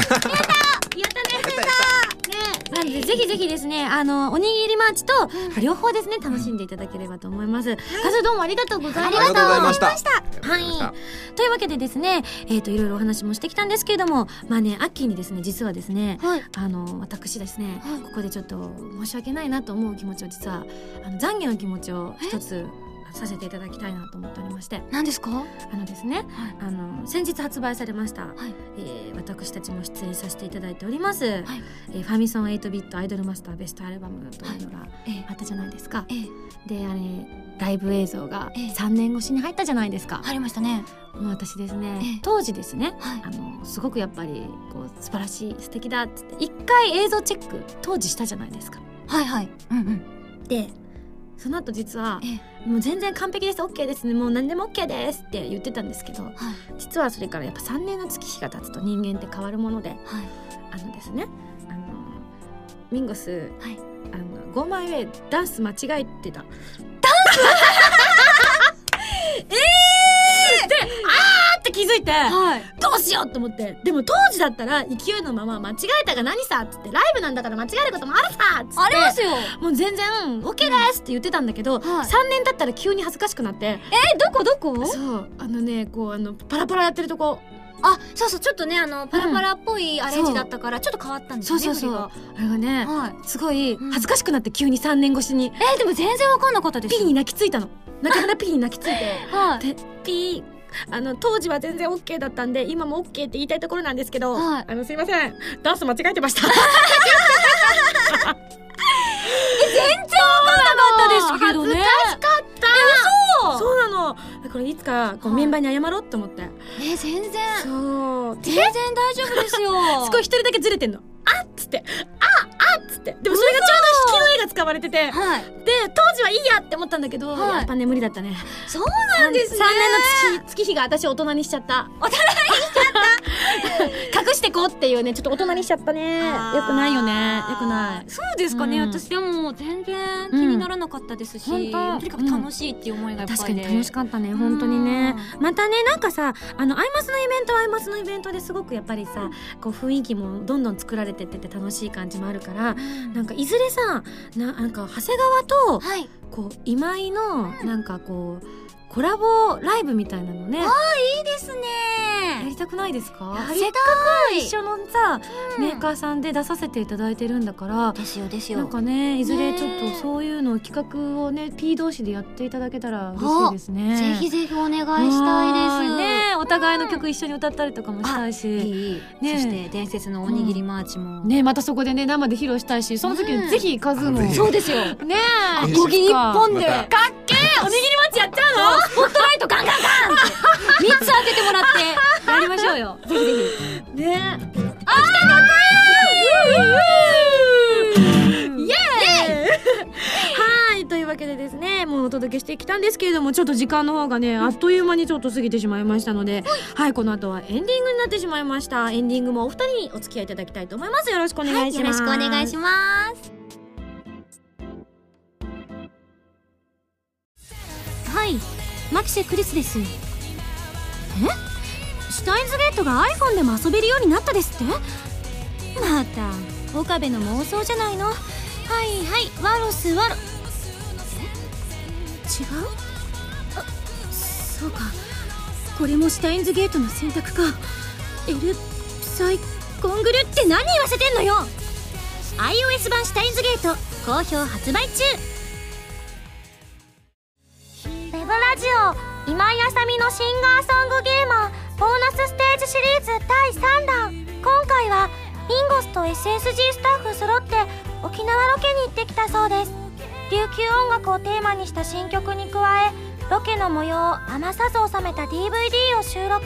[SPEAKER 1] やったねなんでぜひぜひですねあのおにぎりマーチと両方ですね楽しんでいただければと思います、カズどうもありがとうございました
[SPEAKER 4] ありがとうございました
[SPEAKER 1] は
[SPEAKER 4] ありがとうございま
[SPEAKER 1] い。というわけでですね、えっ、と、いろいろお話もしてきたんですけれども、まあね、アッキーにですね、実はですね、
[SPEAKER 2] はい
[SPEAKER 1] あの、私ですね、
[SPEAKER 2] はい
[SPEAKER 1] ここでちょっと申し訳ないなと思う気持ちを実は、あの、懺悔の気持ちを一つさせていただきたいなと思っておりまして、
[SPEAKER 2] 何ですか
[SPEAKER 1] あのですね、あの、先日発売されました、
[SPEAKER 2] い
[SPEAKER 1] えー私たちも出演させていただいております、え
[SPEAKER 2] はい
[SPEAKER 1] ーファミソン8ビットアイドルマスターベストアルバムというのが
[SPEAKER 2] ええ
[SPEAKER 1] あったじゃないですか。
[SPEAKER 2] ええ
[SPEAKER 1] で、あれ、ライブ映像が
[SPEAKER 2] ええ
[SPEAKER 1] 3年越しに入ったじゃないですか。
[SPEAKER 2] 入りましたね
[SPEAKER 1] もう私です
[SPEAKER 2] ええ
[SPEAKER 1] ね当時ですね
[SPEAKER 2] はい
[SPEAKER 1] あのすごくやっぱりこう素晴らしい素敵だっつって一回映像チェック当時したじゃないですか
[SPEAKER 2] はいはいうんうん
[SPEAKER 1] でその後実は
[SPEAKER 2] え
[SPEAKER 1] 「もう全然完璧です OK ですねもう何でも OK です」って言ってたんですけど
[SPEAKER 2] はい
[SPEAKER 1] 実はそれからやっぱ3年の月日が経つと人間って変わるもので
[SPEAKER 2] はい
[SPEAKER 1] あのですねあのミンゴス、
[SPEAKER 2] はい
[SPEAKER 1] あのゴーマイウェイダンス間違えてたダン スえーであーって気づいて
[SPEAKER 2] はい
[SPEAKER 1] どうしようと思ってでも当時だったら勢いのまま間違えたが何さっつってライブなんだから間違えることもあるさっつって
[SPEAKER 2] ありますよ
[SPEAKER 1] もう全然 OK ですって言ってたんだけど、
[SPEAKER 2] はい
[SPEAKER 1] 3年経ったら急に恥ずかしくなって
[SPEAKER 2] えどこどこ
[SPEAKER 1] そうあのねこうあのパラパラやってるとこ
[SPEAKER 2] あそうそうちょっとねあのパラパラっぽいアレンジだったからちょっと変わったんです
[SPEAKER 1] そう
[SPEAKER 2] ね
[SPEAKER 1] そうそう
[SPEAKER 2] 振
[SPEAKER 1] あれがね
[SPEAKER 2] りがはい
[SPEAKER 1] すごい
[SPEAKER 2] うん
[SPEAKER 1] 恥ずかしくなって急に3年越しに
[SPEAKER 2] えでも全然わかんなかったです
[SPEAKER 1] ピーに泣きついたの中村ピーに泣きついて
[SPEAKER 2] はい
[SPEAKER 1] でピーあの当時は全然 OK だったんで今も OK って言いたいところなんですけど、
[SPEAKER 2] はい
[SPEAKER 1] あのすいませんダンス間違 えてました
[SPEAKER 2] わかんなかったですけど
[SPEAKER 1] 恥
[SPEAKER 2] ね
[SPEAKER 1] ずか
[SPEAKER 2] 嘘
[SPEAKER 1] そうなのだからいつかこう
[SPEAKER 2] はい
[SPEAKER 1] メンバーに謝ろうと思って、
[SPEAKER 2] え全然
[SPEAKER 1] そう
[SPEAKER 2] 全然大丈夫 ですよ
[SPEAKER 1] すごい一人だけずれてんのあっつってああっつってでもそれがちょうど引きの絵が使われててで
[SPEAKER 2] はい
[SPEAKER 1] 当時はいいやって思ったんだけど、
[SPEAKER 2] はい
[SPEAKER 1] やっぱね無理だったね
[SPEAKER 2] そうなんですね
[SPEAKER 1] 3年の月日月日が私を大人にしちゃった大人にしちゃった隠してこうっていうねちょっと大人にしちゃったねよ
[SPEAKER 2] あー
[SPEAKER 1] くないよねよくない
[SPEAKER 2] そうですかね、
[SPEAKER 1] うん
[SPEAKER 2] 私でも全然気にならなかったですし、
[SPEAKER 1] うん本当
[SPEAKER 2] とにかく楽しいっていう思いがいっぱいで、
[SPEAKER 1] 確かに楽しかったね
[SPEAKER 2] ん
[SPEAKER 1] 本当にねまたねなんかさあのアイマスのイベントはアイマスのイベントですごくやっぱりさこう雰囲気もどんどん作られてってて楽しい感じもあるからなんかいずれさななんか長谷川と
[SPEAKER 2] はい
[SPEAKER 1] こう今井のなんかこうコラボライブみたいなのねや
[SPEAKER 2] いいですね
[SPEAKER 1] りたくないですか
[SPEAKER 2] せっかく
[SPEAKER 1] 一緒のさ
[SPEAKER 2] うん
[SPEAKER 1] メーカーさんで出させていただいてるんだから
[SPEAKER 2] ですよですよ
[SPEAKER 1] なんかねいずれちょっと
[SPEAKER 2] ね
[SPEAKER 1] そういうのを企画をね P 同士でやっていただけたら嬉しいですね
[SPEAKER 2] ぜひぜひお願いしたいです
[SPEAKER 1] ねお互いの曲一緒に歌ったりとかもしたいし、
[SPEAKER 2] いい
[SPEAKER 1] ね
[SPEAKER 2] そして伝説のおにぎりマーチも、
[SPEAKER 1] ねまたそこでね生で披露したいしその時
[SPEAKER 2] ね
[SPEAKER 1] ぜひカズも、
[SPEAKER 4] ぜひ
[SPEAKER 2] そうですよ
[SPEAKER 1] ね
[SPEAKER 4] あ
[SPEAKER 1] え
[SPEAKER 4] ご機
[SPEAKER 2] 嫌一本
[SPEAKER 4] でまた
[SPEAKER 1] かっけえおにぎりマッチやっちゃう
[SPEAKER 2] スポットライトガンガンガンって3つ開けてもらってやりましょ うよぜひぜひ
[SPEAKER 1] のねえイエーイはいというわけでですねもうお届けしてきたんですけれどもちょっと時間の方がねあっという間にちょっと過ぎてしまいましたのではいこの後はエンディングになってしまいましたエンディングもお二人にお付き合いいただきたいと思いますよろしくお願いし
[SPEAKER 2] よ
[SPEAKER 1] ま
[SPEAKER 2] ろし
[SPEAKER 1] す、
[SPEAKER 2] くお願いします
[SPEAKER 3] はいマキセクリスですえシュタインズゲートが iPhone でも遊べるようになったですってまた岡部の妄想じゃないのはいはいワロスワロえ違うあそうかこれもシュタインズゲートの選択かエルサイコングルって何言わせてんのよ iOS 版シュタインズゲート好評発売中ウェブラジオ今井あさみのシンガーソングゲーマーボーナスステージシリーズ第3弾今回はミンゴスと SSG スタッフ揃って沖縄ロケに行ってきたそうです琉球音楽をテーマにした新曲に加えロケの模様を余さず収めた DVD を収録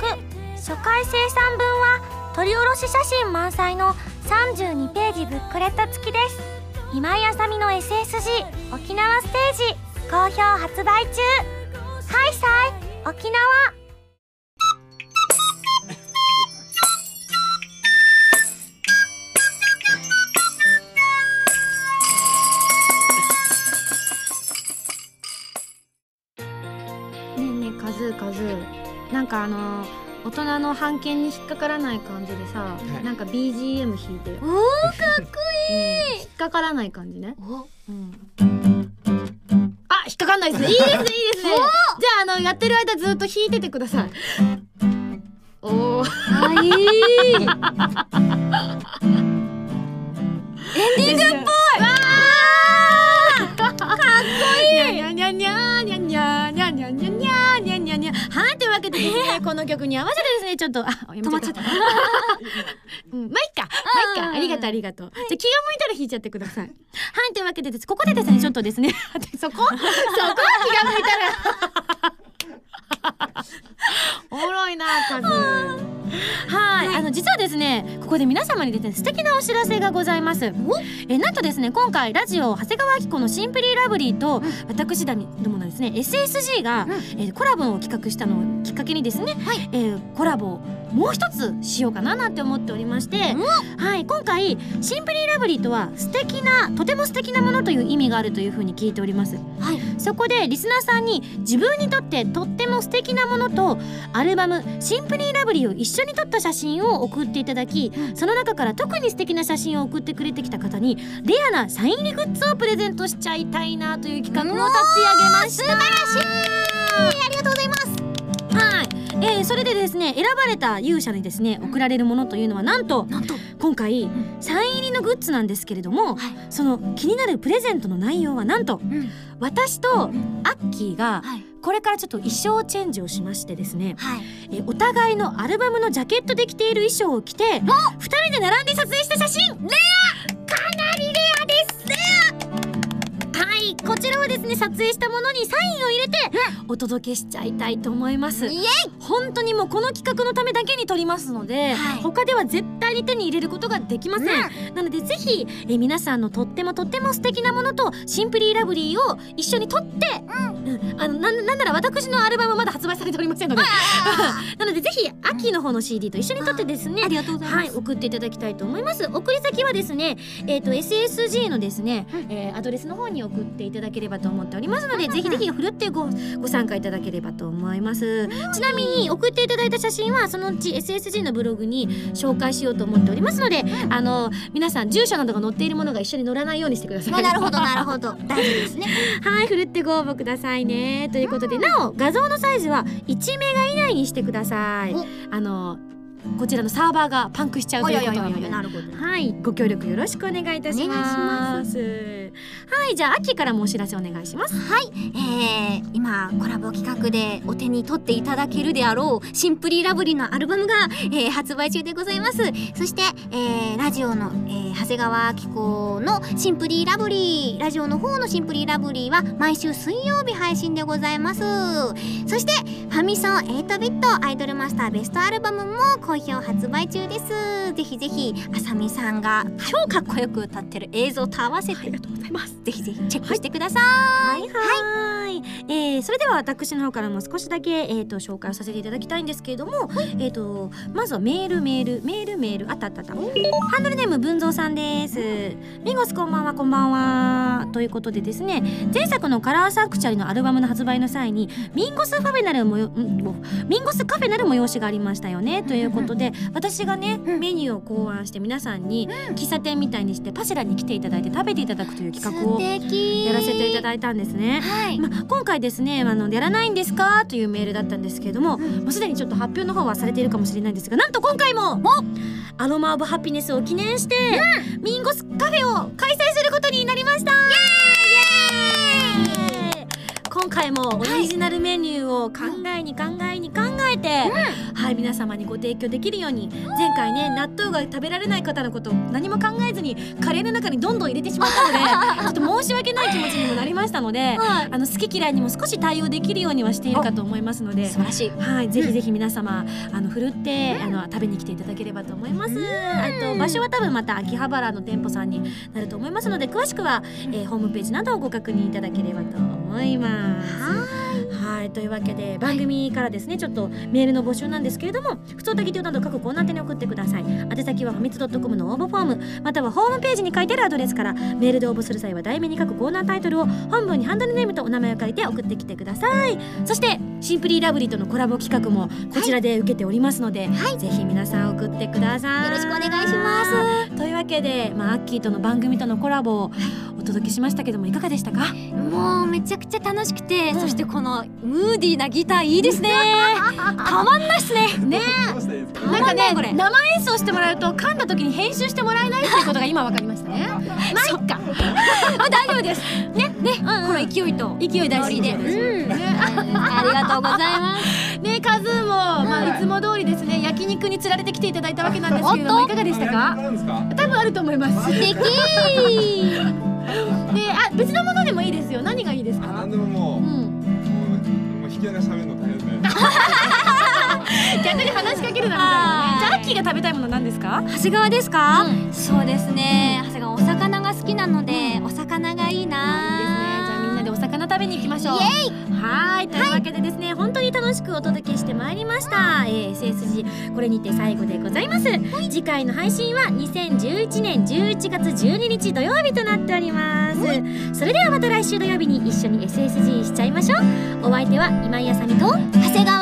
[SPEAKER 3] 初回生産分は撮り下ろし写真満載の32ページブックレット付きです今井あさみの SSG 沖縄ステージ好評発売中開催沖縄
[SPEAKER 1] ねえねえカズーカズーなんかあのー大人の判権に引っかからない感じでさ、
[SPEAKER 4] い
[SPEAKER 1] なんか BGM 弾いてよ
[SPEAKER 2] おー
[SPEAKER 1] うん引っかからない感じね、
[SPEAKER 2] お
[SPEAKER 1] うん、あ引っかかんないです ねいいですねいいですねじゃああのやってる間ずっと弾いててくださいおー
[SPEAKER 2] あいいエンディング
[SPEAKER 1] グっぽいわーにゃにゃにゃにゃにゃにゃにゃにゃにゃにゃにゃにゃにゃはいというわけでですねこの曲に合わせてですねちょっとあ止
[SPEAKER 2] 止まっちゃった
[SPEAKER 1] うんまあいっかまあいっかありがとうありがとうじゃあ気が向いたら弾いちゃってください はいというわけでですここでですねちょっと ですねそこそこ気が向いたらおもろいなカズはい、あの実はですねここで皆様にですね素敵なお知らせがございますえなんとですね今回ラジオ長谷川明子のシンプリーラブリーと私どものですね SSG が、
[SPEAKER 2] うん
[SPEAKER 1] えーコラボを企画したのをきっかけにですね、えーコラボをもう一つしようかななんて思っておりまして、はい今回シンプリーラブリーとは素敵なとても素敵なものという意味があるというふうに聞いております
[SPEAKER 2] はい
[SPEAKER 1] そこでリスナーさんに自分にとってとっても素敵なものとアルバム「シンプリーラブリー」を一緒に撮った写真を送っていただきその中から特に素敵な写真を送ってくれてきた方にレアなサイン入りグッズをプレゼントしちゃいたいなという企画を立ち上げました素晴らしいありがとうございますはい、えーそれでですね選ばれた勇者にですね贈られるものというのはなんと
[SPEAKER 2] なんと
[SPEAKER 1] 今回
[SPEAKER 2] ん
[SPEAKER 1] サイン入りのグッズなんですけれども、
[SPEAKER 2] はい
[SPEAKER 1] その気になるプレゼントの内容はなんと
[SPEAKER 2] うん
[SPEAKER 1] 私とアッキーが
[SPEAKER 2] はい
[SPEAKER 1] これからちょっと衣装チェンジをしましてですね
[SPEAKER 2] はい
[SPEAKER 1] えお互いのアルバムのジャケットで着ている衣装を着て2人で並んで撮影した写真レアかなりレアですレアはいこちらをですね撮影したものにサインを入れてお届けしちゃいたいと思います
[SPEAKER 2] イエイ
[SPEAKER 1] 本当にもうこの企画のためだけに撮りますので、
[SPEAKER 2] はい
[SPEAKER 1] 他では絶対に手に入れることができません、なのでぜひ、えー皆さんのとってもとっても素敵なものとシンプリーラブリーを一緒に撮って、うんあのなんなんなら私のアルバムはまだ発売されておりませんので なのでぜひ秋の方の CD と一緒に撮ってですね
[SPEAKER 2] ありがとうございます
[SPEAKER 1] はい送っていただきたいと思います送り先はですねえっ、と SSG のですね、えーアドレスの方に送っていただければと思っておりますので、ぜひぜひふるってごご参加いただければと思います、ちなみに送っていただいた写真はそのうち SSG のブログに紹介しようと思っておりますので、あの皆さん住所などが載っているものが一緒に載らないようにしてください、
[SPEAKER 2] まあなるほどなるほど大事ですね
[SPEAKER 1] はい、ふるってご応募くださいね。ということで、なお、画像のサイズは1メガ以内にしてください
[SPEAKER 2] お。
[SPEAKER 1] あの、こちらのサーバーがパンクしちゃうと
[SPEAKER 2] お
[SPEAKER 1] い
[SPEAKER 2] よ
[SPEAKER 1] うこ
[SPEAKER 2] よ
[SPEAKER 1] と
[SPEAKER 2] よ
[SPEAKER 1] なの
[SPEAKER 2] よよ
[SPEAKER 1] で。
[SPEAKER 2] なるほど
[SPEAKER 1] はい、ご協力よろしくお願いいたします。はい、じゃあ、秋からもお知らせお願いします。
[SPEAKER 2] えー、今コラボ企画でお手に取っていただけるであろうシンプリーラブリーのアルバムが、えー発売中でございますそして、えーラジオの、えー長谷川紀子のシンプリーラブリーラジオの方のシンプリーラブリーは毎週水曜日配信でございますそしてファミソン8ビットアイドルマスターベストアルバムも好評発売中ですぜひぜひあさみさんが超かっこよく歌ってる映像と合わせてありがとうございますぜひぜひチェックしてください
[SPEAKER 1] はい、はーい、えーそれでは私の方からも少しだけ、えー、と紹介をさせていただきたいんですけれども、えー、とまずはメールメールメールメールあったあったあったハンドルネーム文蔵さんですミンゴスこんばんはこんばんはということでですね前作のカラーサンクチャリのアルバムの発売の際にミンゴスファベナルもよんもミンゴスカフェなる催しがありましたよねということで私がねメニューを考案して皆さんに喫茶店みたいにしてパシラに来ていただいて食べていただくという企画を
[SPEAKER 2] 敵
[SPEAKER 1] やらせていただいたんですね。
[SPEAKER 2] はい、
[SPEAKER 1] まあ、今回ですねあの「やらないんですか?」というメールだったんですけれども、もうすでにちょっと発表の方はされているかもしれないんですがなんと今回もアロマ・オブ・ハピネスを記念して、ミンゴスカフェを開催することになりましたイエーイ今回もオリジナルメニューを考えに考えに考えて、はい皆様にご提供できるように前回ね納豆が食べられない方のことを何も考えずにカレーの中にどんどん入れてしまっ たのでちょっと申し訳ない気持ちにもなりましたので
[SPEAKER 2] はい
[SPEAKER 1] あの好き嫌いにも少し対応できるようにはしているかと思いますので
[SPEAKER 2] 素。晴らしい
[SPEAKER 1] はい、ぜひぜひ皆様、あの、ふるって、あの、食べに来ていただければと思います。あと、場所は多分また秋葉原の店舗さんになると思いますので、詳しくは、えーホームページなどをご確認いただければと思います。はい、というわけで、番組からですね、ちょっとメールの募集なんですけれども、不当多技量など各コーナー宛てに送ってください。宛先はファミツドットコムの応募フォーム、またはホームページに書いてあるアドレスから、メールで応募する際は題名に書くコーナータイトルを本文にハンドルネームとお名前を書いて送ってきてくださいそしてシンプリーラブリーとのコラボ企画もこちらで受けておりますので、ぜひ皆さん送ってください
[SPEAKER 2] よろしくお願いします
[SPEAKER 1] というわけで、まあ、アッキーとの番組とのコラボをお届けしましたけどもいかがでしたか
[SPEAKER 2] もうめちゃくちゃ楽しくて、
[SPEAKER 1] うん
[SPEAKER 2] そしてこのムーディーなギターいい ですねたまんないっすねね
[SPEAKER 1] なんかね
[SPEAKER 2] これ
[SPEAKER 1] 生演奏してもらうと噛んだ時に編集してもらえないっていうことが今わかりましたねまあいっか大丈夫ですねね、
[SPEAKER 2] この勢いと
[SPEAKER 1] 勢い大事
[SPEAKER 2] ノリで
[SPEAKER 1] 勢い大事
[SPEAKER 2] うんありがとうございます
[SPEAKER 1] ねカズーも、まあ、いつも通りですね焼肉に釣られてきていただいたわけなんですけれどもいかがでしたか多分あると思いますで
[SPEAKER 2] 素 敵
[SPEAKER 1] あ別のものでもいいですよ何がいいです
[SPEAKER 4] あな
[SPEAKER 1] か
[SPEAKER 4] んでももう
[SPEAKER 1] う、
[SPEAKER 4] も
[SPEAKER 1] ん
[SPEAKER 4] うもう引きながら喋るの大変だよね。
[SPEAKER 1] 逆に話しかけるなみたいなねじゃあアッキーが食べたいものなんですか
[SPEAKER 2] 長谷川ですか、そうですね長谷川お魚が好きなので、お魚がいい
[SPEAKER 1] じゃあみん
[SPEAKER 2] な
[SPEAKER 1] なでお魚食べに行きましょうはーいというわけでですね、本当に楽しくお届けしてまいりました、えー SSG これにて最後でございます、次回の配信は2011年11月12日土曜日となっております、それではまた来週土曜日に一緒に SSG しちゃいましょうお相手は今井あさみと
[SPEAKER 2] 長谷川